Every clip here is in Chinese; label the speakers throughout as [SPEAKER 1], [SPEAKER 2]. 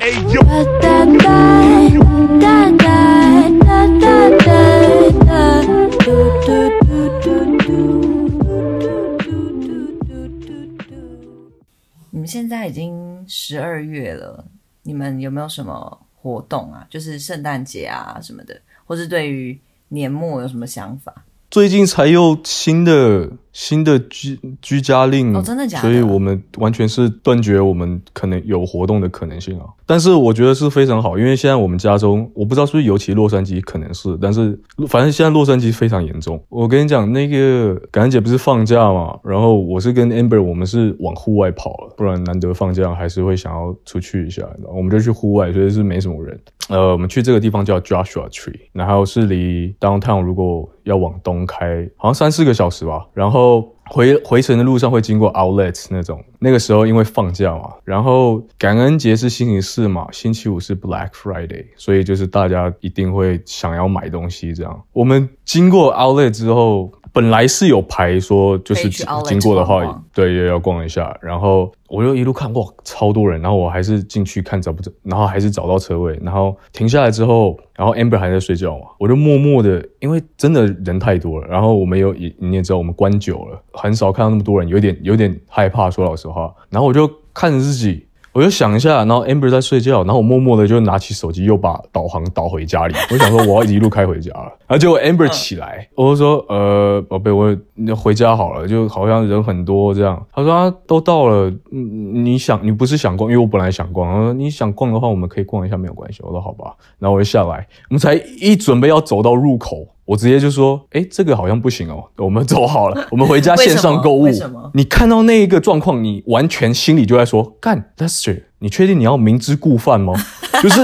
[SPEAKER 1] 哎呦！
[SPEAKER 2] 你们现在已经十二月了，你们有没有什么活动啊？就是圣诞节啊什么的，或是对于年末有什么想法？
[SPEAKER 3] 最近才又新的新的居居家令，
[SPEAKER 2] 哦真的假的
[SPEAKER 3] 所以我们完全是断绝我们可能有活动的可能性啊。但是我觉得是非常好，因为现在我们加州，我不知道是不是尤其洛杉矶可能是，但是反正现在洛杉矶非常严重。我跟你讲，那个感恩节不是放假嘛，然后我是跟 Amber，我们是往户外跑了，不然难得放假还是会想要出去一下，你知道我们就去户外，所以是没什么人。呃，我们去这个地方叫 Joshua Tree，然后是离 downtown 如果要往东开，好像三四个小时吧。然后回回程的路上会经过 outlets 那种。那个时候因为放假嘛，然后感恩节是星期四嘛，星期五是 Black Friday，所以就是大家一定会想要买东西这样。我们经过 outlet 之后，本来是有排说就
[SPEAKER 2] 可
[SPEAKER 3] 是
[SPEAKER 2] 以去
[SPEAKER 3] 经
[SPEAKER 2] outlet
[SPEAKER 3] 经过的话
[SPEAKER 2] 逛逛
[SPEAKER 3] 对，也要逛一下。然后我就一路看，哇，超多人。然后我还是进去看找不着，然后还是找到车位。然后停下来之后，然后 Amber 还在睡觉嘛，我就默默的，因为真的人太多了。然后我们有也你也知道，我们关久了，很少看到那么多人，有点有点害怕，说老实话。然后我就看着自己。我就想一下，然后 Amber 在睡觉，然后我默默的就拿起手机，又把导航导 回家里。我想说我要一路开回家了，然后结果
[SPEAKER 2] 嗯
[SPEAKER 3] Amber 起来，我就说呃，宝贝，我你回家好了，就好像人很多这样。他说啊，都到了，嗯你想你不是想逛，因为我本来想逛，他说你想逛的话，我们可以逛一下，没有关系。我说好吧，然后我就下来，我们才一准备要走到入口。我直接就说，哎，这个好像不行哦，我们走好了，我们回家线上购物。
[SPEAKER 2] 为什么为什么
[SPEAKER 3] 你看到那一个状况，你完全心里就在说：“干，Lester，你确定你要明知故犯吗？” 就是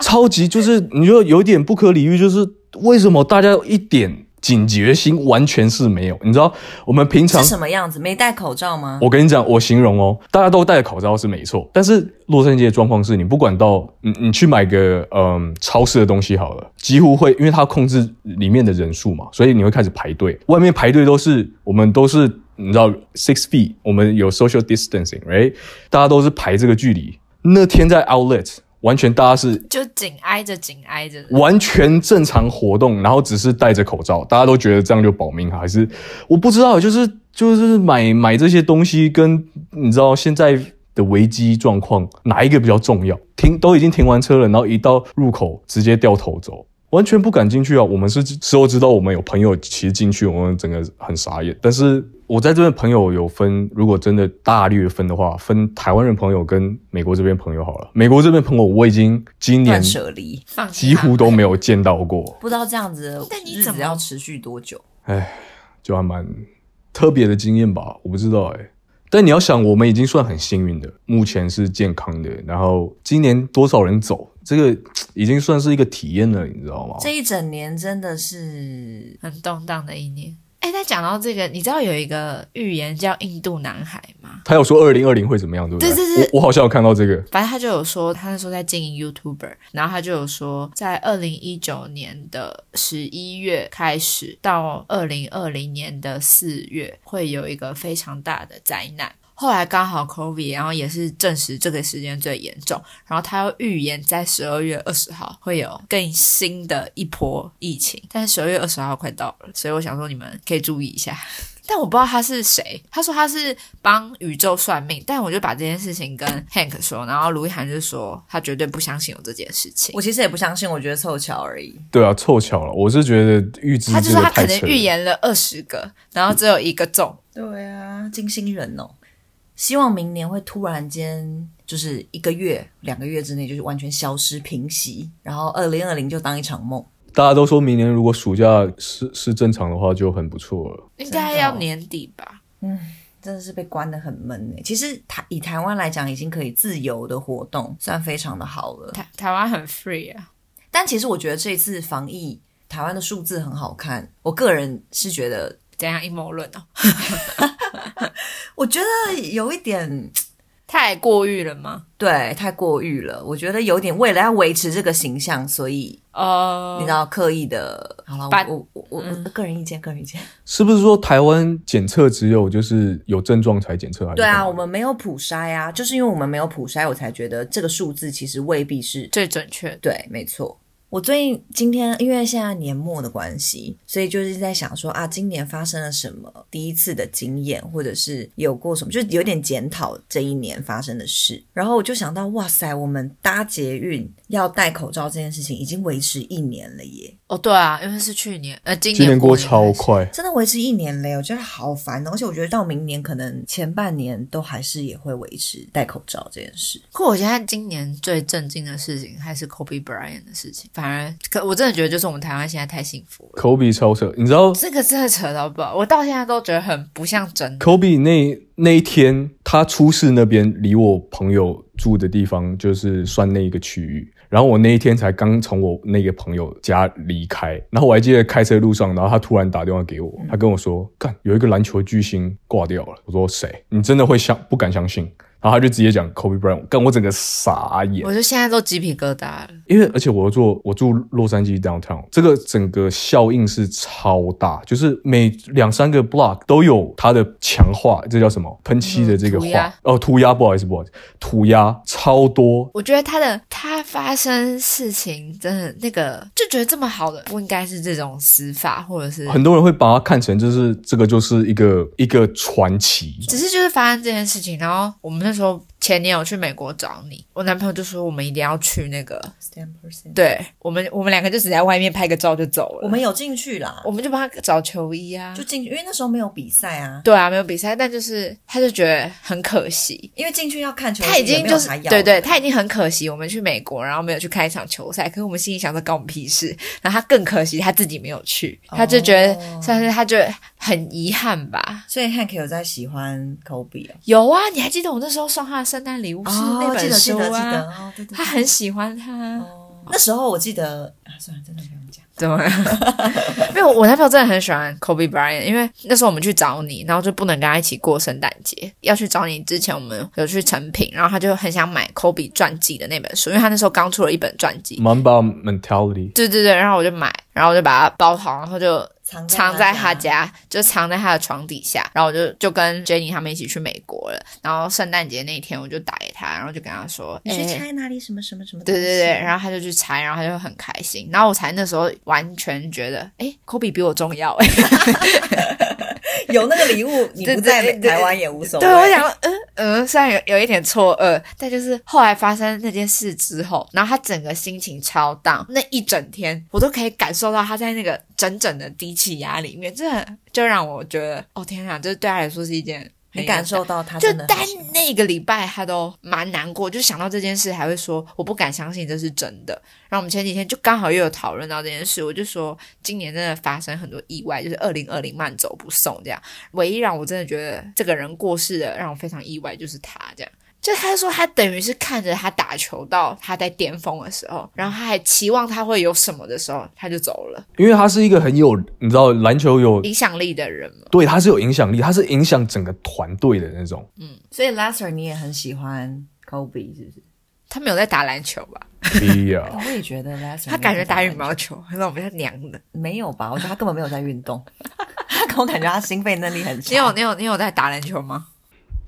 [SPEAKER 3] 超级，就是你就有点不可理喻，就是为什么大家一点警觉心完全是没有？你知道，我们平常
[SPEAKER 2] 是什么样子？没戴口罩吗？
[SPEAKER 3] 我跟你讲，我形容哦，大家都戴口罩是没错，但是洛杉矶的状况是你不管到你你去买个嗯超市的东西好了，几乎会因为它控制里面的人数嘛，所以你会开始排队，外面排队都是我们都是你知道 six feet，我们有 social distancing，right？大家都是排这个距离。那天在 outlet，完全大家是
[SPEAKER 4] 就紧挨着，紧挨着的。
[SPEAKER 3] 完全正常活动，然后只是戴着口罩，大家都觉得这样就保命，还是我不知道，就是就是买买这些东西跟你知道现在的危机状况哪一个比较重要？停都已经停完车了，然后一到入口直接掉头走。完全不敢进去啊！我们是事后知道我们有朋友其实进去，我们整个很傻眼。但是我在这边朋友有分，如果真的大略分的话，分台湾人朋友跟美国这边朋友好了。美国这边朋友我已经今年
[SPEAKER 2] 断舍离，
[SPEAKER 4] 放弃
[SPEAKER 3] 几乎都没有见到过，
[SPEAKER 2] 不知道这样子的
[SPEAKER 4] 但你
[SPEAKER 2] 日
[SPEAKER 4] 怎
[SPEAKER 2] 子
[SPEAKER 4] 么
[SPEAKER 2] 要持续多久？
[SPEAKER 3] 就还蛮特别的经验吧。我不知道哎、但你要想，我们已经算很幸运的，目前是健康的。然后今年多少人走，这个已经算是一个体验了，你知道吗？
[SPEAKER 2] 这一整年真的是
[SPEAKER 4] 很动荡的一年。哎，那讲到这个，你知道有一个预言叫印度男孩吗？
[SPEAKER 3] 他有说二零二零会怎么样，对不对？
[SPEAKER 4] 对对对
[SPEAKER 3] 我我好像有看到这个，
[SPEAKER 4] 反正他就有说，他那时候在经营 YouTuber，然后他就有说，在二零一九年的十一月开始到二零二零年的四月，会有一个非常大的灾难。后来刚好 COVID，然后也是证实这个时间最严重，然后他又预言在十二月二十号会有更新的一波疫情，但是十二月二十号快到了，所以我想说你们可以注意一下。 但我不知道他是谁。他说他是帮宇宙算命，但我就把这件事情跟 Hank 说，然后卢一涵就说他绝对不相信有这件事情
[SPEAKER 2] 我。其实也不相信，我觉得凑巧而已。
[SPEAKER 3] 对啊，凑巧了。我是觉得预知
[SPEAKER 4] 他就
[SPEAKER 3] 这
[SPEAKER 4] 说
[SPEAKER 3] 个
[SPEAKER 4] 他可
[SPEAKER 3] 太
[SPEAKER 4] 能
[SPEAKER 3] 扯了
[SPEAKER 4] 预言了二十个，然后只有一个中。
[SPEAKER 2] 对啊，金星人哦，希望明年会突然间就是一个月、两个月之内就是完全消失平息，然后二零二零就当一场梦。
[SPEAKER 3] 大家都说明年如果暑假是是正常的话，就很不错了。
[SPEAKER 4] 应
[SPEAKER 2] 真
[SPEAKER 4] 该
[SPEAKER 2] 的哦
[SPEAKER 4] 要年底吧？
[SPEAKER 2] 真的是被关得很闷诶、其实台以台湾来讲，已经可以自由的活动，算非常的好了。
[SPEAKER 4] 台台湾很 free 啊，
[SPEAKER 2] 但其实我觉得这次防疫，台湾的数字很好看。我个人是觉得，
[SPEAKER 4] 怎样阴谋论哦？
[SPEAKER 2] 我觉得有一点，
[SPEAKER 4] 太过誉了吗？
[SPEAKER 2] 对，太过誉了。我觉得有点为了要维持这个形象，所以
[SPEAKER 4] 哦、
[SPEAKER 2] 你知道刻意的。呃嗯好了，
[SPEAKER 4] 把
[SPEAKER 2] 我我我我个人意见，个人意见。
[SPEAKER 3] 是不是说台湾检测只有就是有症状才检测？还是
[SPEAKER 2] 对
[SPEAKER 3] 干
[SPEAKER 2] 啊，
[SPEAKER 3] 嘛
[SPEAKER 2] 我们没有普筛啊，就是因为我们没有普筛，我才觉得这个数字其实未必是
[SPEAKER 4] 最准确的。
[SPEAKER 2] 对，没错。我最近今天因为现在年末的关系，所以就是在想说啊，今年发生了什么第一次的经验，或者是有过什么，就是有点检讨这一年发生的事。然后我就想到，哇塞，我们搭捷运要戴口罩这件事情已经维持一年了耶，
[SPEAKER 4] 哦，对啊，因为是去年，呃，今
[SPEAKER 3] 今年
[SPEAKER 4] 过
[SPEAKER 3] 过超
[SPEAKER 4] 年开始
[SPEAKER 3] 快，
[SPEAKER 2] 真的维持一年了耶，我觉得好烦哦。而且我觉得到明年可能前半年都还是也会维持戴口罩这件事。
[SPEAKER 4] 可我现在今年最震惊的事情还是 Kobe Bryant 的事情，反而可我真的觉得就是我们台湾现在太幸福了，
[SPEAKER 3] 科比超扯，你知道
[SPEAKER 4] 这个真的扯到爆，我到现在都觉得很不像真的。
[SPEAKER 3] 科比那那一天他出事那边离我朋友住的地方就是算那一个区域，然后我那一天才刚从我那个朋友家离开，然后我还记得开车路上，然后他突然打电话给我，他跟我说：“干，有一个篮球巨星挂掉了。”我说：“谁？你真的会相不敢相信？”然后他就直接讲 Kobe Bryant，干我整个傻眼
[SPEAKER 4] 我，就现在都鸡皮疙瘩了，
[SPEAKER 3] 因为而且我住我住洛杉矶 downtown，这个整个效应是超大，就是每两三个 block 都有它的强化，这叫什么喷漆的这个
[SPEAKER 4] 嗯涂
[SPEAKER 3] 画、
[SPEAKER 4] 鸦
[SPEAKER 3] 哦，涂鸦，不好意思，不好意思，涂鸦超多。
[SPEAKER 4] 我觉得他的他发生事情真的那个就觉得这么好的不应该是这种死法，或者是
[SPEAKER 3] 很多人会把它看成就是这个就是一个一个传奇，
[SPEAKER 4] 只是就是发生这件事情，然后我们那时候前年有去美国找你，我男朋友就说我们一定要去那个，对我们我们两个就只在外面拍个照就走了，
[SPEAKER 2] 我们有进去啦
[SPEAKER 4] 我，们就帮他找球衣啊
[SPEAKER 2] 就，进去，因为那时候没有比赛啊，
[SPEAKER 4] 对啊，没有比赛，但就是他就觉得很可惜。
[SPEAKER 2] 因为进去要看球，
[SPEAKER 4] 他已经
[SPEAKER 2] 也没
[SPEAKER 4] 就是
[SPEAKER 2] 有啥要
[SPEAKER 4] 对
[SPEAKER 2] 的
[SPEAKER 4] 对，他已经很可惜。我们去美国，然后没有去看一场球赛，可是我们心里想说，关我们屁事。然后他更可惜他自己没有去，他就觉得
[SPEAKER 2] 哦
[SPEAKER 4] 算是他觉得很遗憾吧。
[SPEAKER 2] 所以 Hank 有在喜欢 Kobe 哦，
[SPEAKER 4] 有啊，你还记得我那时候送他的圣诞礼物是那
[SPEAKER 2] 记
[SPEAKER 4] 本
[SPEAKER 2] 得记
[SPEAKER 4] 书
[SPEAKER 2] 得记得
[SPEAKER 4] 啊？
[SPEAKER 2] 哦，对对，
[SPEAKER 4] 他
[SPEAKER 2] 对
[SPEAKER 4] 很喜欢他，
[SPEAKER 2] 那时候我记得啊，算了，真的不用讲，
[SPEAKER 4] 怎么了？ 没有，我男朋友真的很喜欢 Kobe Bryant，因为那时候我们去找你，然后就不能跟他一起过圣诞节。要去找你之前，我们有去成品，然后他就很想买 Kobe 传记的那本书，因为他那时候刚出了一本传记。
[SPEAKER 3] Mamba mentality。
[SPEAKER 4] 对对对，然后我就买，然后我就把它包好，然后就
[SPEAKER 2] 藏
[SPEAKER 4] 藏在
[SPEAKER 2] 他，
[SPEAKER 4] 他家，就藏在他的床底下。然后我就就跟 Jenny 他们一起去美国了。然后圣诞节那一天，我就打给他，然后就跟他说：“
[SPEAKER 2] 你去
[SPEAKER 4] 哎
[SPEAKER 2] 拆哪里什么什么什么东
[SPEAKER 4] 对
[SPEAKER 2] 西，
[SPEAKER 4] 对对，然后他就去猜，然后他就很开心，然后我才那时候完全觉得，哎，科比比我重要哎。
[SPEAKER 2] 后 有那个礼物，你
[SPEAKER 4] 对
[SPEAKER 2] 不
[SPEAKER 4] 对
[SPEAKER 2] 在
[SPEAKER 4] 对对
[SPEAKER 2] 台湾也无所谓，
[SPEAKER 4] 对，我想说，嗯嗯，虽然有有一点错愕，但就是后来发生那件事之后，然后他整个心情超荡，那一整天我都可以感受到他在那个整整的低气压里面，这很就让我觉得，哦天哪，这对他来说是一件很
[SPEAKER 2] 你感
[SPEAKER 4] 有
[SPEAKER 2] 受到他
[SPEAKER 4] 就
[SPEAKER 2] 真的
[SPEAKER 4] 单
[SPEAKER 2] 很喜欢
[SPEAKER 4] 那个礼拜，他都蛮难过，就想到这件事，还会说我不敢相信这是真的。然后我们前几天就刚好又有讨论到这件事，我就说今年真的发生很多意外，就是二零二零慢走不送这样。唯一让我真的觉得这个人过世的让我非常意外，就是他这样。就他说，他等于是看着他打球到他在巅峰的时候，然后他还期望他会有什么的时候，他就走了。
[SPEAKER 3] 因为他是一个很有，你知道篮球有，
[SPEAKER 4] 影响力的人嘛，
[SPEAKER 3] 对，他是有影响力，他是影响整个团队的那种。
[SPEAKER 2] 所以 Lester 你也很喜欢 Kobe 是不是？
[SPEAKER 4] 他没有在打篮球吧？
[SPEAKER 3] 哎呀，
[SPEAKER 2] 哦我也觉得 Lester
[SPEAKER 4] 他感觉打羽
[SPEAKER 2] 没有在
[SPEAKER 4] 毛球，让我们像娘的。
[SPEAKER 2] 没有吧？我觉得他根本没有在运动， 他给我感觉他心肺能力很
[SPEAKER 4] 你有
[SPEAKER 2] 强。
[SPEAKER 4] 你有你有在打篮球吗？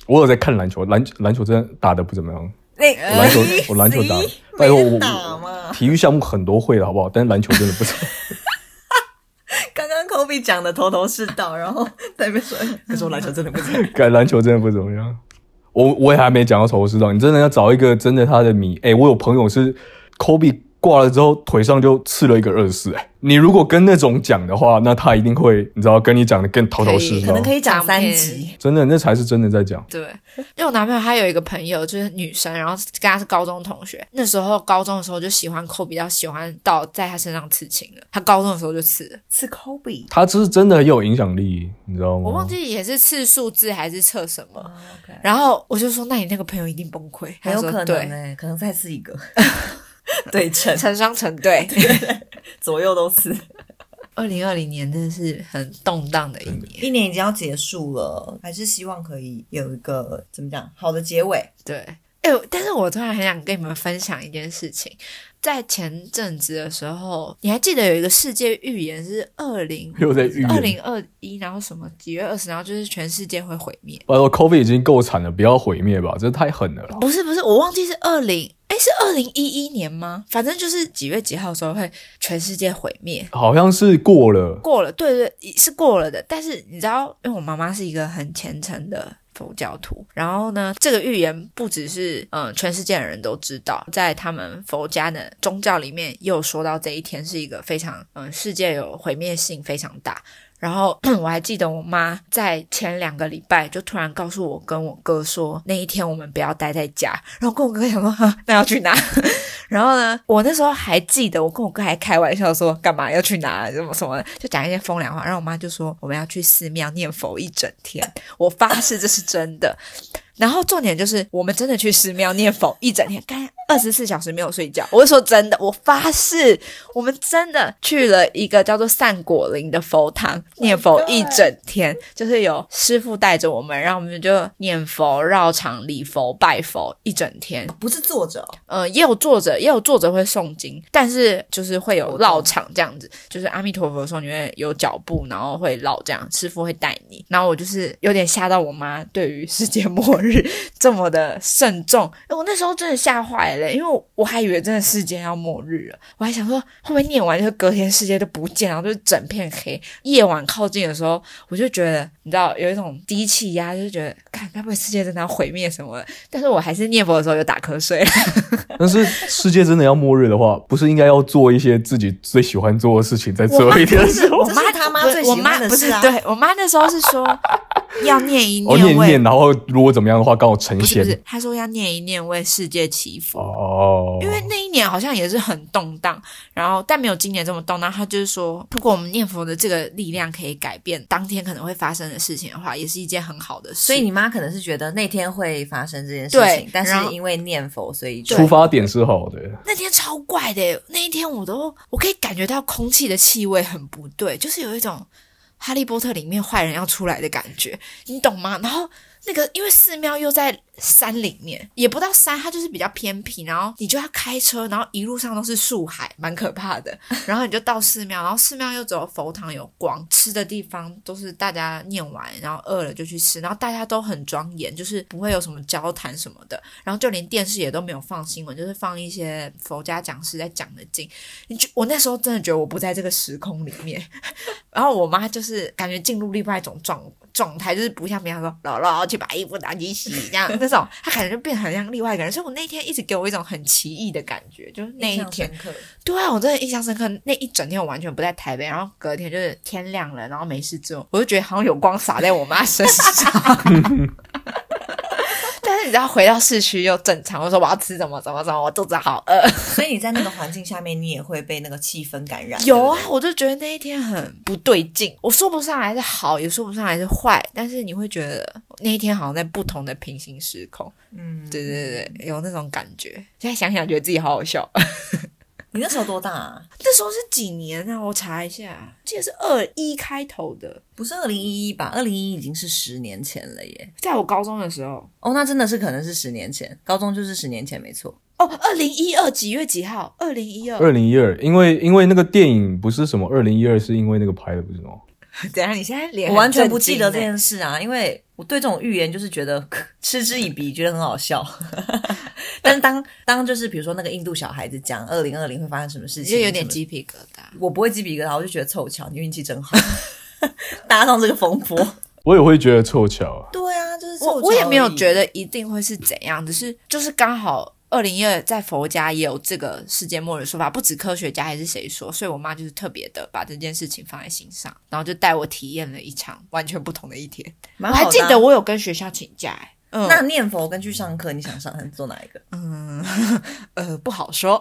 [SPEAKER 3] 我有在看篮球，篮篮球真的打得不怎么样。
[SPEAKER 2] 那呃
[SPEAKER 3] 我篮球我篮球打，拜托我
[SPEAKER 2] 打
[SPEAKER 3] 我
[SPEAKER 2] 嘛
[SPEAKER 3] 体育项目很多会的好不好？但是篮球真的不行。
[SPEAKER 2] 刚刚 Kobe 讲的头头是道，然后在那边说， 可是我篮球真的不行。
[SPEAKER 3] 改篮球真的不怎么样。我我也还没讲到头头是道，你真的要找一个真的他的迷。哎、我有朋友是 Kobe 挂了之后腿上就刺了一个二十四。哎，你如果跟那种讲的话，那他一定会你知道跟你讲的更头头是
[SPEAKER 4] 可
[SPEAKER 2] 可
[SPEAKER 3] 道
[SPEAKER 2] 能。可以讲
[SPEAKER 4] 长
[SPEAKER 2] 三
[SPEAKER 4] 篇
[SPEAKER 2] 集，
[SPEAKER 3] 真的，那才是真的在讲。
[SPEAKER 4] 对，因为我男朋友他有一个朋友就是女生，然后跟他是高中同学，那时候高中的时候就喜欢科比，到喜欢到在他身上刺青了。他高中的时候就刺了，
[SPEAKER 2] 是 Kobe。
[SPEAKER 3] 他这是真的很有影响力，你知道吗？
[SPEAKER 4] 我忘记也是刺数字还是测什么。
[SPEAKER 2] 哦 OK
[SPEAKER 4] 然后我就说，那你那个朋友一定崩溃，
[SPEAKER 2] 很有可
[SPEAKER 4] 他说
[SPEAKER 2] 能欸
[SPEAKER 4] 对，
[SPEAKER 2] 哎、可能再刺一 个，对称
[SPEAKER 4] 成双成对。
[SPEAKER 2] 左右都刺。
[SPEAKER 4] 二零二零年真的是很动荡的一
[SPEAKER 3] 真的
[SPEAKER 4] 年，
[SPEAKER 2] 一年已经要结束了，还是希望可以有一个怎么讲好的结尾。
[SPEAKER 4] 对，哎、我但是我突然很想跟你们分享一件事情，在前阵子的时候，你还记得有一个世界预言是二零
[SPEAKER 3] 又在预言
[SPEAKER 4] 二零二一，然后什么几月二十，然后就是全世界会毁灭。
[SPEAKER 3] 拜托，COVID 已经够惨了，不要毁灭吧，这太狠了啦。
[SPEAKER 4] 哦不是不是，我忘记是二零，哎，是二零一一年吗？反正就是几月几号的时候会全世界毁灭。
[SPEAKER 3] 好像是过了，
[SPEAKER 4] 过了，对对，是过了的。但是你知道，因为我妈妈是一个很虔诚的佛教徒，然后呢，这个预言不只是嗯全世界的人都知道，在他们佛家的宗教里面也有说到这一天是一个非常嗯世界有毁灭性非常大。然后 我还记得我妈在前两个礼拜就突然告诉我跟我哥说，那一天我们不要待在家。然后跟我哥想说， 哈，那要去哪？然后呢，我那时候还记得，我跟我哥还开玩笑说，干嘛要去哪，什么什么的，就讲一些风凉话。然后我妈就说，我们要去寺庙念佛一整天。我发誓这是真的。然后重点就是，我们真的去寺庙念佛一整天，干二十四小时没有睡觉。我是说真的，我发誓，我们真的去了一个叫做善果林的佛堂念佛一整天，就是有师傅带着我们，然后我们就念佛、绕场、礼佛、拜佛一整天。
[SPEAKER 2] 不是作者哦，
[SPEAKER 4] 呃，也有作者，也有作者会诵经，但是就是会有绕场这样子，就是阿弥陀佛的时候你会有脚步，然后会绕这样，师傅会带你。然后我就是有点吓到我妈对于世界末日 这么的慎重，哎我那时候真的吓坏了，因为我还以为真的世界要末日了，我还想说会不会念完就隔天世界都不见，然后就是整片黑。夜晚靠近的时候，我就觉得你知道有一种低气压，就觉得看该不会世界真的要毁灭什么的。但是我还是念佛的时候就打瞌睡了。
[SPEAKER 3] 但是世界真的要末日的话，不是应该要做一些自己最喜欢做的事情，在最后一天的时候，
[SPEAKER 4] 我妈
[SPEAKER 2] 这是他妈
[SPEAKER 4] 不是
[SPEAKER 2] 最喜
[SPEAKER 4] 我
[SPEAKER 2] 欢
[SPEAKER 4] 妈
[SPEAKER 2] 的
[SPEAKER 4] 不
[SPEAKER 2] 事
[SPEAKER 4] 是
[SPEAKER 2] 啊
[SPEAKER 4] 对我妈那时候是说要念一
[SPEAKER 3] 哦，念一
[SPEAKER 4] 为，
[SPEAKER 3] 念，然后如果怎么样的话，刚好成
[SPEAKER 4] 不是
[SPEAKER 3] 仙
[SPEAKER 4] 不。是，她说要念一念为世界祈福。
[SPEAKER 3] 哦，
[SPEAKER 4] 因为那一年好像也是很动荡，然后但没有今年这么动荡。她就是说，如果我们念佛的这个力量可以改变当天可能会发生的事情的话，也是一件很好的事。
[SPEAKER 2] 所以你妈可能是觉得那天会发生这件事
[SPEAKER 4] 对
[SPEAKER 2] 情，但
[SPEAKER 4] 然后
[SPEAKER 2] 是因为念佛，所以就
[SPEAKER 3] 出发点是好的，
[SPEAKER 4] 那天超怪的耶，那一天我都我可以感觉到空气的气味很不对，就是有一种《哈利波特》里面坏人要出来的感觉，你懂吗？然后那个因为寺庙又在山里面，也不到山，它就是比较偏僻，然后你就要开车，然后一路上都是树海，蛮可怕的。然后你就到寺庙，然后寺庙又只有佛堂有光，吃的地方都是大家念完，然后饿了就去吃，然后大家都很庄严，就是不会有什么交谈什么的，然后就连电视也都没有放新闻，就是放一些佛家讲师在讲的经。你就我那时候真的觉得我不在这个时空里面， 然后我妈就是感觉进入另外一种状状态，就是不像别人说姥姥去把衣服拿去洗这样那种，她感觉就变得很像另外一个人。所以我那天一直给我一种很奇异的感觉，就是那一
[SPEAKER 2] 印象
[SPEAKER 4] 天。
[SPEAKER 2] 深刻
[SPEAKER 4] 对啊，我真的印象深刻。那一整天我完全不在台北，然后隔天就是天亮了，然后没事做，我就觉得好像有光洒在我妈身 上。但是你知道，回到市区又正常。我说我要吃什么什么什么，我肚子好饿。
[SPEAKER 2] 所以你在那个环境下面，你也会被那个气氛感染。
[SPEAKER 4] 有啊
[SPEAKER 2] 对不对，
[SPEAKER 4] 我就觉得那一天很不对劲，我说不上来是好，也说不上来是坏，但是你会觉得那一天好像在不同的平行时空。
[SPEAKER 2] 嗯，
[SPEAKER 4] 对对对，有那种感觉。现在想想觉得自己好好笑。
[SPEAKER 2] 你那时候多大啊？
[SPEAKER 4] 那时候是几年啊？我查一下，记得是二一开头的。
[SPEAKER 2] 不是二零一一吧？二零一一已经是十年前了耶。
[SPEAKER 4] 在我高中的时候，
[SPEAKER 2] 哦，那真的是可能是十年前，高中就是十年前，没错。
[SPEAKER 4] 哦，二零一二几月几号？二零一二。
[SPEAKER 3] 二零一二，因为因为那个电影不是什么二零一二，是因为那个拍的不是吗？
[SPEAKER 4] 等一下，你现在脸
[SPEAKER 2] 我完全不记得这
[SPEAKER 4] 些。
[SPEAKER 2] 件事啊，因为我对这种预言就是觉得 嗤之以鼻，觉得很好笑。 但是当当就是比如说那个印度小孩子讲二零二零会发生什么事
[SPEAKER 4] 你
[SPEAKER 2] 情，
[SPEAKER 4] 就有点
[SPEAKER 2] 什么
[SPEAKER 4] 鸡皮疙瘩。
[SPEAKER 2] 我不会鸡皮疙瘩，我就觉得凑巧，你运气真 好，搭上这个风波。
[SPEAKER 3] 我也会觉得凑巧啊。
[SPEAKER 2] 对啊，就是凑巧
[SPEAKER 4] 我我也没有觉
[SPEAKER 2] 得，
[SPEAKER 4] 得一定会是怎样，只是就是刚好二零一二在佛家也有这个世界末日说法，不止科学家还是谁说，所以我妈就是特别的把这件事情放在心上，然后就带我体验了一场完全不同的一天。
[SPEAKER 2] 蛮
[SPEAKER 4] 我
[SPEAKER 2] 好的啊
[SPEAKER 4] 还记得我有跟学校请假、欸。嗯，
[SPEAKER 2] 那念佛跟去上课，你想上做哪一个？
[SPEAKER 4] 呃不好说，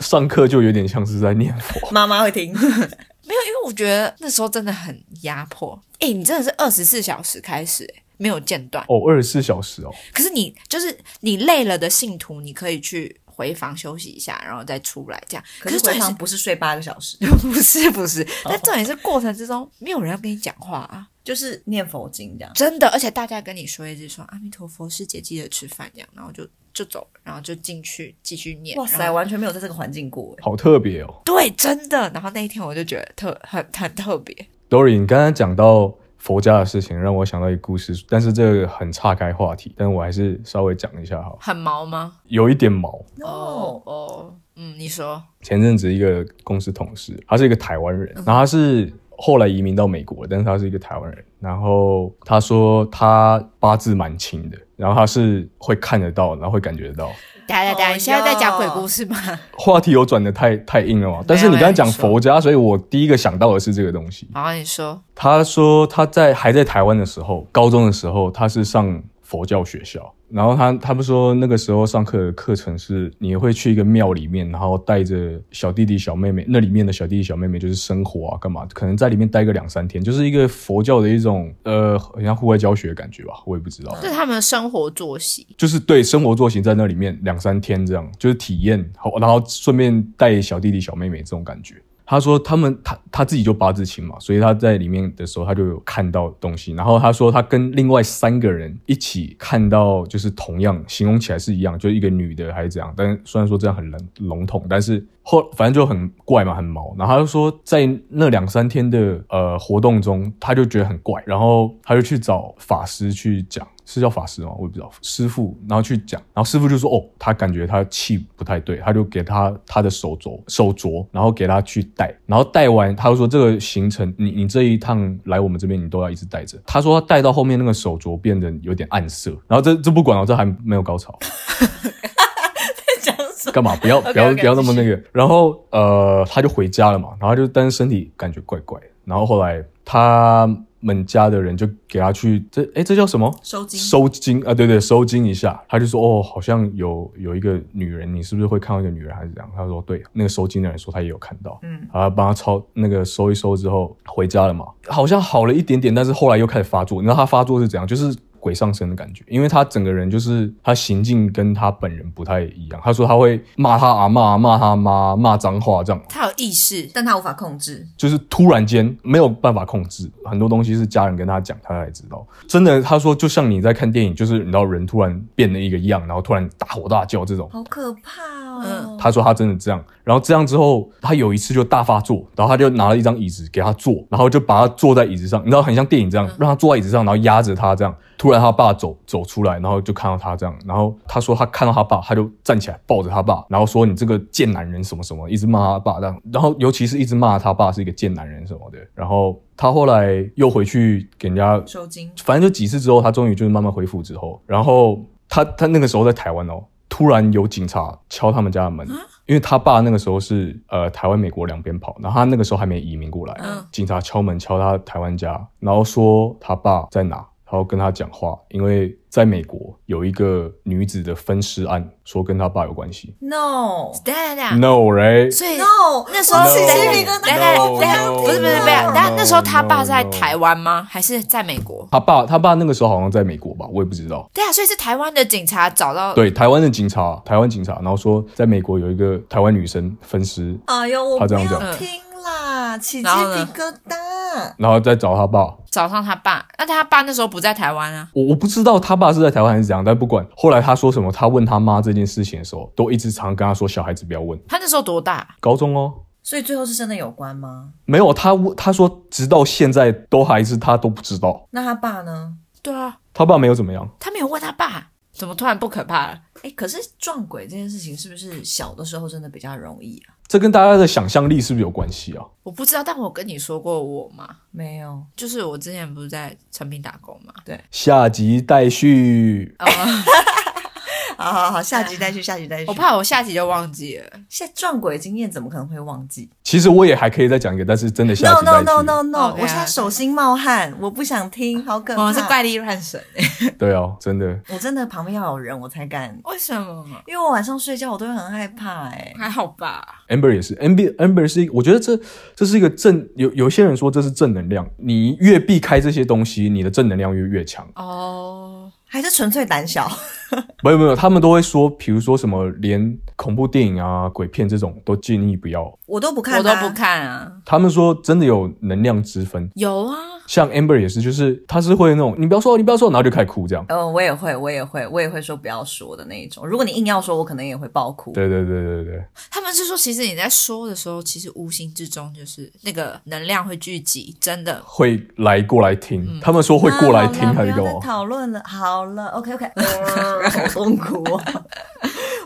[SPEAKER 3] 上课就有点像是在念佛，
[SPEAKER 2] 妈妈会 听，
[SPEAKER 4] 没有，因为我觉得那时候真的很压迫。哎、你真的是二十四小时开始、欸没有间断。
[SPEAKER 3] 哦，二十四小时哦，
[SPEAKER 4] 可是你就是你累了的信徒，你可以去回房休息一下，然后再出来这样。
[SPEAKER 2] 可
[SPEAKER 4] 是
[SPEAKER 2] 是哦
[SPEAKER 4] 重
[SPEAKER 2] 回
[SPEAKER 4] 点
[SPEAKER 2] 房
[SPEAKER 4] 是
[SPEAKER 2] 不是睡八个小时，
[SPEAKER 4] 不是不是，但重点是过程之中没有人要跟你讲话啊，
[SPEAKER 2] 就是念佛经这样。
[SPEAKER 4] 真的，而且大家跟你说一句说阿弥陀佛，师姐记得吃饭这样，然后就就走，然后就进去继续念。
[SPEAKER 2] 哇
[SPEAKER 4] 然
[SPEAKER 2] 塞，
[SPEAKER 4] 后
[SPEAKER 2] 完全没有在这个环境过哎。
[SPEAKER 3] 好特别哦。
[SPEAKER 4] 对，真的。然后那一天我就觉得特很很特别，
[SPEAKER 3] Dory，你刚刚讲到佛家的事情，让我想到一个故事，但是这个很岔开话题，但我还是稍微讲一下好了，
[SPEAKER 4] 很毛吗？
[SPEAKER 3] 有一点毛。
[SPEAKER 2] 哦，
[SPEAKER 4] 哦，嗯，你说
[SPEAKER 3] 前阵子一个公司同事，他是一个台湾人，然后他是后来移民到美国，但是他是一个台湾人。然后他说他八字蛮轻的，然后他是会看得到，然后会感觉得到。
[SPEAKER 4] 大家，
[SPEAKER 2] 哎
[SPEAKER 4] 大家，
[SPEAKER 2] 呦
[SPEAKER 4] 你现在在讲鬼故事吗？
[SPEAKER 3] 话题有转的太太硬了嘛？但是你刚刚讲
[SPEAKER 4] 没有没有
[SPEAKER 3] 佛家，所以我第一个想到的是这个东西。
[SPEAKER 4] 好，你说，
[SPEAKER 3] 他说他在还在台湾的时候，高中的时候他是上佛教学校，然后他他们说那个时候上课的课程是你会去一个庙里面，然后带着小弟弟小妹妹，那里面的小弟弟小妹妹就是生活啊干嘛，可能在里面待个两三天，就是一个佛教的一种呃，好像户外教学的感觉吧，我也不知道。
[SPEAKER 4] 这是他们的生活作息，
[SPEAKER 3] 就是对生活作息在那里面两三天这样，就是体验好，然后顺便带小弟弟小妹妹这种感觉。他说他们他他自己就八字轻嘛，所以他在里面的时候他就有看到东西。然后他说他跟另外三个人一起看到，就是同样形容起来是一样，就是一个女的还是怎样。但虽然说这样很笼笼统，但是后反正就很怪嘛，很毛。然后他就说在那两三天的呃活动中，他就觉得很怪，然后他就去找法师去讲。是叫法师吗？我也不知道。师傅，然后去讲，然后师傅就说：“哦，他感觉他气不太对，他就给他他的手镯手镯，然后给他去戴，然后戴完，他就说这个行程，你你这一趟来我们这边，你都要一直戴着。”他说他戴到后面那个手镯变得有点暗色，然后这这不管了，这还没有高潮，
[SPEAKER 2] 讲什么？
[SPEAKER 3] 干嘛？不要
[SPEAKER 2] OK，OK，
[SPEAKER 3] 不要不要那么
[SPEAKER 2] 继
[SPEAKER 3] 那个。然后呃，他就回家了嘛，然后他就但是身体感觉怪怪的，然后后来他们家的人就给他去这哎这叫什么？
[SPEAKER 2] 收金
[SPEAKER 3] 收金啊，对对，收金一下。他就说哦，好像有有一个女人，你是不是会看到一个女人还是怎样？他说对，那个收金的人说他也有看到，
[SPEAKER 2] 嗯，
[SPEAKER 3] 然后帮他抄那个收一收之后回家了嘛，好像好了一点点，但是后来又开始发作。你知道他发作是怎样？就是。鬼上身的感觉，因为他整个人就是他行径跟他本人不太一样。他说他会骂他阿骂骂他妈，骂脏话这样。
[SPEAKER 4] 他有意识，
[SPEAKER 2] 但他无法控制，
[SPEAKER 3] 就是突然间没有办法控制，很多东西是家人跟他讲，他才知道。真的，他说就像你在看电影，就是你知道人突然变了一个样，然后突然大吼大叫这种。
[SPEAKER 2] 好可怕哦
[SPEAKER 4] 嗯。
[SPEAKER 3] 他说他真的这样，然后这样之后，他有一次就大发作，然后他就拿了一张椅子给他坐，然后就把他坐在椅子上，你知道很像电影
[SPEAKER 2] 嗯
[SPEAKER 3] 这样，让他坐在椅子上，然后压着他这样。突然他爸走走出来，然后就看到他这样，然后他说他看到他爸，他就站起来抱着他爸，然后说你这个贱男人什么什么，一直骂他爸这样，然后尤其是一直骂他爸是一个贱男人什么的，然后他后来又回去给人家
[SPEAKER 2] 收金
[SPEAKER 3] 反正就几次之后，他终于就是慢慢恢复之后，然后他他那个时候在台湾哦，突然有警察敲他们家的门，因为他爸那个时候是呃台湾美国两边跑，然后他那个时候还没移民过来，
[SPEAKER 4] 嗯
[SPEAKER 3] 警察敲门敲他台湾家，然后说他爸在哪，然后跟他讲话，因为在美国有一个女子的分尸案，说跟他爸有关系。
[SPEAKER 2] ？No
[SPEAKER 4] 等等等等，
[SPEAKER 3] No, right？
[SPEAKER 4] 所以
[SPEAKER 2] No，
[SPEAKER 4] 那时候
[SPEAKER 2] 起
[SPEAKER 4] 是
[SPEAKER 2] 鸡皮疙
[SPEAKER 4] 等等
[SPEAKER 2] 瘩，
[SPEAKER 4] 等
[SPEAKER 2] 我刚
[SPEAKER 4] 等，
[SPEAKER 2] 刚
[SPEAKER 4] 不是不是不
[SPEAKER 2] 听
[SPEAKER 4] 是，
[SPEAKER 2] 到
[SPEAKER 4] 但那时候他爸是在
[SPEAKER 3] No, no, no.
[SPEAKER 4] 台湾吗？还是在美国？
[SPEAKER 3] 他爸他爸那个时候好像在美国吧，我也不知道。
[SPEAKER 4] 对啊，所以是台湾的警察找到，
[SPEAKER 3] 对，台湾的警察，台湾警察，然后说在美国有一个台湾女生分尸，
[SPEAKER 2] 哎呦，我
[SPEAKER 3] 他这
[SPEAKER 2] 不
[SPEAKER 3] 样讲
[SPEAKER 2] 要听啦，起鸡皮
[SPEAKER 4] 然后呢
[SPEAKER 2] 疙瘩。
[SPEAKER 3] 然后再找他爸。
[SPEAKER 4] 找上他爸，那他爸那时候不在台湾啊，
[SPEAKER 3] 我我不知道他爸是在台湾还是怎样，但不管。后来他说什么，他问他妈这件事情的时候，都一直常跟他说小孩子不要问。
[SPEAKER 4] 他那时候多大？
[SPEAKER 3] 高中哦，
[SPEAKER 2] 所以最后是真的有关吗？
[SPEAKER 3] 没有他问他说直到现在都还是他都不知道，
[SPEAKER 2] 那他爸呢？
[SPEAKER 4] 对啊，
[SPEAKER 3] 他爸没有怎么样。
[SPEAKER 4] 他没有问他爸，怎么突然不可怕了？
[SPEAKER 2] 哎，可是撞鬼这件事情是不是小的时候真的比较容易啊？
[SPEAKER 3] 这跟大家的想象力是不是有关系啊？
[SPEAKER 4] 我不知道，但我跟你说过我嘛，
[SPEAKER 2] 没有，
[SPEAKER 4] 就是我之前不是在成品打工嘛，
[SPEAKER 3] 下集待续。
[SPEAKER 2] 好好好，下集再去，下集再去。
[SPEAKER 4] 我怕我下集就忘记了。
[SPEAKER 2] 现在撞鬼经验怎么可能会忘记
[SPEAKER 3] 其实我也还可以再讲一个，但是真的下
[SPEAKER 2] No
[SPEAKER 3] 集待
[SPEAKER 2] no
[SPEAKER 3] 续。
[SPEAKER 2] no no no！
[SPEAKER 4] OK，OK
[SPEAKER 2] 我现在手心冒汗，我不想听，好可怕。
[SPEAKER 4] 我是怪力乱神、
[SPEAKER 3] 对哦，真的。
[SPEAKER 2] 我真的旁边要有人我才敢，
[SPEAKER 4] 为什么？
[SPEAKER 2] 因为我晚上睡觉我都会很害怕哎、
[SPEAKER 4] 还好吧，
[SPEAKER 3] Amber 也是，Amber Amber 是一，我觉得这这是一个正有有些人说这是正能量，你越避开这些东西，你的正能量越越强。
[SPEAKER 4] 哦、
[SPEAKER 2] 还是纯粹胆小。
[SPEAKER 3] 没有没有，他们都会说，比如说什么连恐怖电影啊、鬼片这种都建议不要。
[SPEAKER 2] 我都不看、
[SPEAKER 4] 我都不。看啊。
[SPEAKER 3] 他们说真的有能量之分，
[SPEAKER 4] 有啊，
[SPEAKER 3] 像 Amber 也是，就是他是会那种你不要说，你不要说，然后就开始哭这样。
[SPEAKER 2] 嗯，我也会，我也会，我也会说不要说的那一种。如果你硬要说，我可能也会爆哭。
[SPEAKER 3] 对对对对对，
[SPEAKER 4] 他们是说，其实你在说的时候，其实无形之中就是那个能量会聚集，真的。
[SPEAKER 3] 会来过来听，
[SPEAKER 2] 嗯
[SPEAKER 3] 他们说会过来听
[SPEAKER 2] 啊好啦
[SPEAKER 3] 还是干
[SPEAKER 2] 不要
[SPEAKER 3] 嘛
[SPEAKER 2] 再？讨论了，好了，OK OK，好 痛苦哦，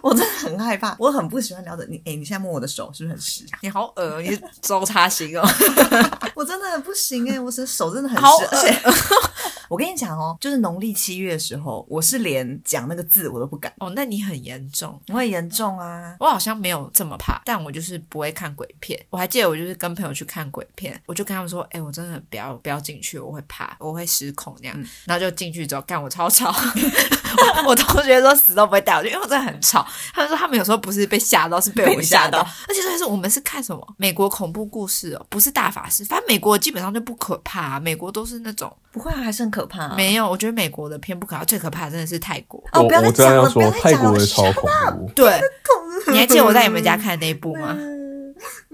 [SPEAKER 2] 我真的很害怕，我很不喜欢聊的。你哎、你现在摸我的手是不是很湿？
[SPEAKER 4] 你好恶，你是周叉型哦。
[SPEAKER 2] 我真的不行哎、我的手真的很
[SPEAKER 4] 好
[SPEAKER 2] 湿，而且 我跟你讲哦，就是农历七月的时候，我是连讲那个字我都不敢，
[SPEAKER 4] 哦，那你很严重。
[SPEAKER 2] 我很严重啊。
[SPEAKER 4] 我好像没有这么怕，但我就是不会看鬼片。我还记得我就是跟朋友去看鬼片，我就跟他们说：“哎、我真的不要不要进去，我会怕，我会失控那样。
[SPEAKER 2] 嗯
[SPEAKER 4] 然后就进去之后，干我超吵， 我我同学说死都不会带我去，因为我真的很吵。他们说他们有时候不是被吓到，是被
[SPEAKER 2] 被
[SPEAKER 4] 我
[SPEAKER 2] 你
[SPEAKER 4] 吓
[SPEAKER 2] 吓
[SPEAKER 4] 到。
[SPEAKER 2] 到
[SPEAKER 4] 而且重点是我们是看什么美国恐怖故事哦，不是大法师。反正美国基本上就不可怕、啊美国都是那种、
[SPEAKER 2] 不会啊，还是很可怕、啊。
[SPEAKER 4] 没有。我觉得美国的片不可怕，最可怕的真的是泰国。
[SPEAKER 2] 哦，
[SPEAKER 3] 我
[SPEAKER 2] 不要再
[SPEAKER 3] 我真的
[SPEAKER 2] 讲
[SPEAKER 3] 要
[SPEAKER 2] 了，不
[SPEAKER 3] 说
[SPEAKER 2] 要再
[SPEAKER 3] 泰
[SPEAKER 2] 讲
[SPEAKER 3] 国
[SPEAKER 2] 了
[SPEAKER 3] 的。超恐怖。
[SPEAKER 4] 对，
[SPEAKER 2] 啊
[SPEAKER 4] 你还记得我在你们家看的那一部 吗？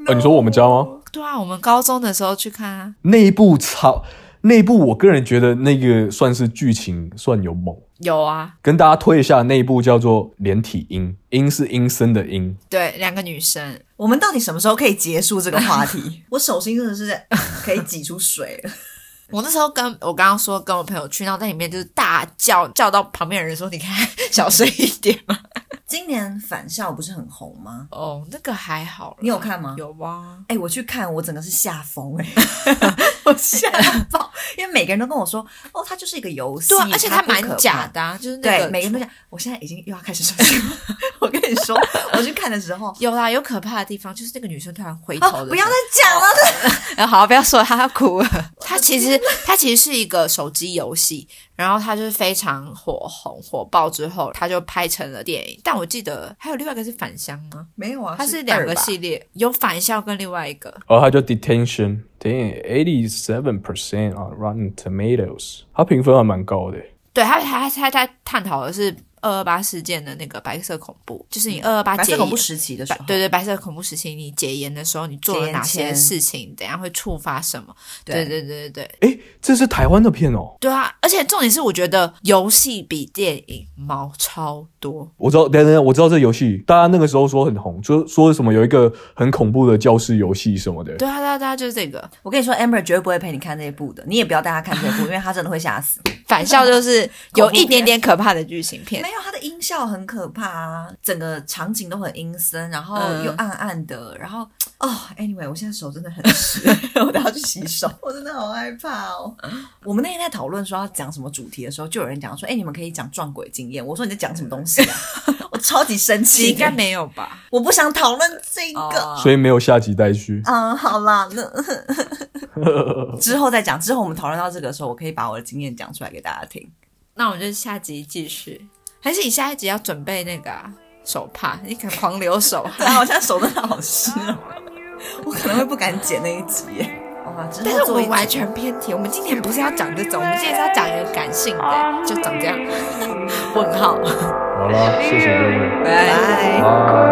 [SPEAKER 3] 呃，你说我们家吗？
[SPEAKER 4] 对啊，我们高中的时候去看啊，
[SPEAKER 3] 那一部超，那一部我个人觉得那个算是剧情算有猛。
[SPEAKER 4] 有啊，
[SPEAKER 3] 跟大家推一下，那一部叫做《连体婴》，婴是阴森的阴。
[SPEAKER 4] 对，两个女生，
[SPEAKER 2] 我们到底什么时候可以结束这个话题？ 我手心真的是可以挤出水了。
[SPEAKER 4] 我那时候跟我刚刚说跟我朋友去，然后在里面就是大叫叫到旁边的人说：“你看， 小声一点 嘛。
[SPEAKER 2] 今年返校不是很红吗”？
[SPEAKER 4] 哦，那个还好啦，
[SPEAKER 2] 你有看吗
[SPEAKER 4] 有啊，
[SPEAKER 2] 哎、我去看，我整个是吓疯 哎，我吓爆，因为每个人都跟我说，哦，它就是一个游戏，
[SPEAKER 4] 对啊，而且
[SPEAKER 2] 它
[SPEAKER 4] 它
[SPEAKER 2] 不可
[SPEAKER 4] 蛮假的、啊，就是
[SPEAKER 2] 怕。
[SPEAKER 4] 那个
[SPEAKER 2] 对，每个人都讲，我现在已经又要开始伤心了。 我跟你说，我去看的时候， 哦
[SPEAKER 4] 有啦，有可怕的地方，就是那个女生突然回头的时候、
[SPEAKER 2] 哦，不要再讲了，
[SPEAKER 4] 然后好，不要说了他要 哭了。它其 实它其实是一个手机游戏，然后它就是非常火红火爆之后，它就拍成了电影。但我记得还有另外一个是返乡吗？
[SPEAKER 2] 没有啊，
[SPEAKER 4] 它是两个
[SPEAKER 2] 二吧
[SPEAKER 4] 系列，有返校跟另外一个。
[SPEAKER 3] 然后它叫哦 Detention，Damn eighty seven percent 啊，Rotten Tomatoes，它评分还蛮高的。
[SPEAKER 4] 对，它它它它探讨的是二二八事件的那个白色恐怖，就是你二二八
[SPEAKER 2] 白
[SPEAKER 4] 解
[SPEAKER 2] 色
[SPEAKER 4] 严
[SPEAKER 2] 恐怖时期的时
[SPEAKER 4] 嗯白
[SPEAKER 2] 候，
[SPEAKER 4] 对对，白色恐怖时期，你解严的时候，你做
[SPEAKER 2] 解
[SPEAKER 4] 了
[SPEAKER 2] 严
[SPEAKER 4] 哪些
[SPEAKER 2] 前
[SPEAKER 4] 事情？等一下会触发什么？对
[SPEAKER 2] 对
[SPEAKER 4] 对对对对，
[SPEAKER 3] 诶，这是台湾的片哦。
[SPEAKER 4] 对啊！而且重点是，我觉得游戏比电影毛超多。
[SPEAKER 3] 我知道，等等等，我知道这游戏，大家那个时候说很红，就说什么有一个很恐怖的教室游戏什么的。
[SPEAKER 4] 对啊，对啊，对啊，就是这个
[SPEAKER 2] 我跟你说，Amber 绝对不会陪你看这一部的，你也不要带她看这一 部，因为她真的会吓死。
[SPEAKER 4] 返校就是有
[SPEAKER 2] 恐怖
[SPEAKER 4] 一
[SPEAKER 2] 片
[SPEAKER 4] 点点可怕的剧情片
[SPEAKER 2] 没。有，它的音效很可怕啊，整个场景都很阴森，然后
[SPEAKER 4] 嗯
[SPEAKER 2] 又暗暗的，然后哦，anyway，我现在手真的很湿， 我都要去洗手， 我真的好害怕哦。 我们那天在讨论说要讲什么主题的时候，就有人讲说，哎、你们可以讲撞鬼经验。我说你在讲什么东西 啊？我超级生
[SPEAKER 4] 你
[SPEAKER 2] 气，
[SPEAKER 4] 应该，没有吧？
[SPEAKER 2] 我不想讨论这个。
[SPEAKER 4] 哦
[SPEAKER 3] 所以没有下集待续。
[SPEAKER 2] 嗯，好啦，那 之后再讲。之后我们讨论到这个的时候，我可以把我的经验讲出来给大家听。
[SPEAKER 4] 那我们就下集继续。还是你下一集要准备那个、啊、手帕？你敢狂流手汗？
[SPEAKER 2] 对啊，我现在手真的好湿哦，我可能会不敢剪那一集耶。哇，之
[SPEAKER 4] 但
[SPEAKER 2] 后
[SPEAKER 4] 是我
[SPEAKER 2] 做一
[SPEAKER 4] 们
[SPEAKER 2] 集
[SPEAKER 4] 完全偏题，我们今天不是要讲这种，我们今天是要讲一个感性的，就长这样。问号，
[SPEAKER 3] 好啦，谢谢各位，
[SPEAKER 4] 拜
[SPEAKER 2] 拜。
[SPEAKER 3] 拜。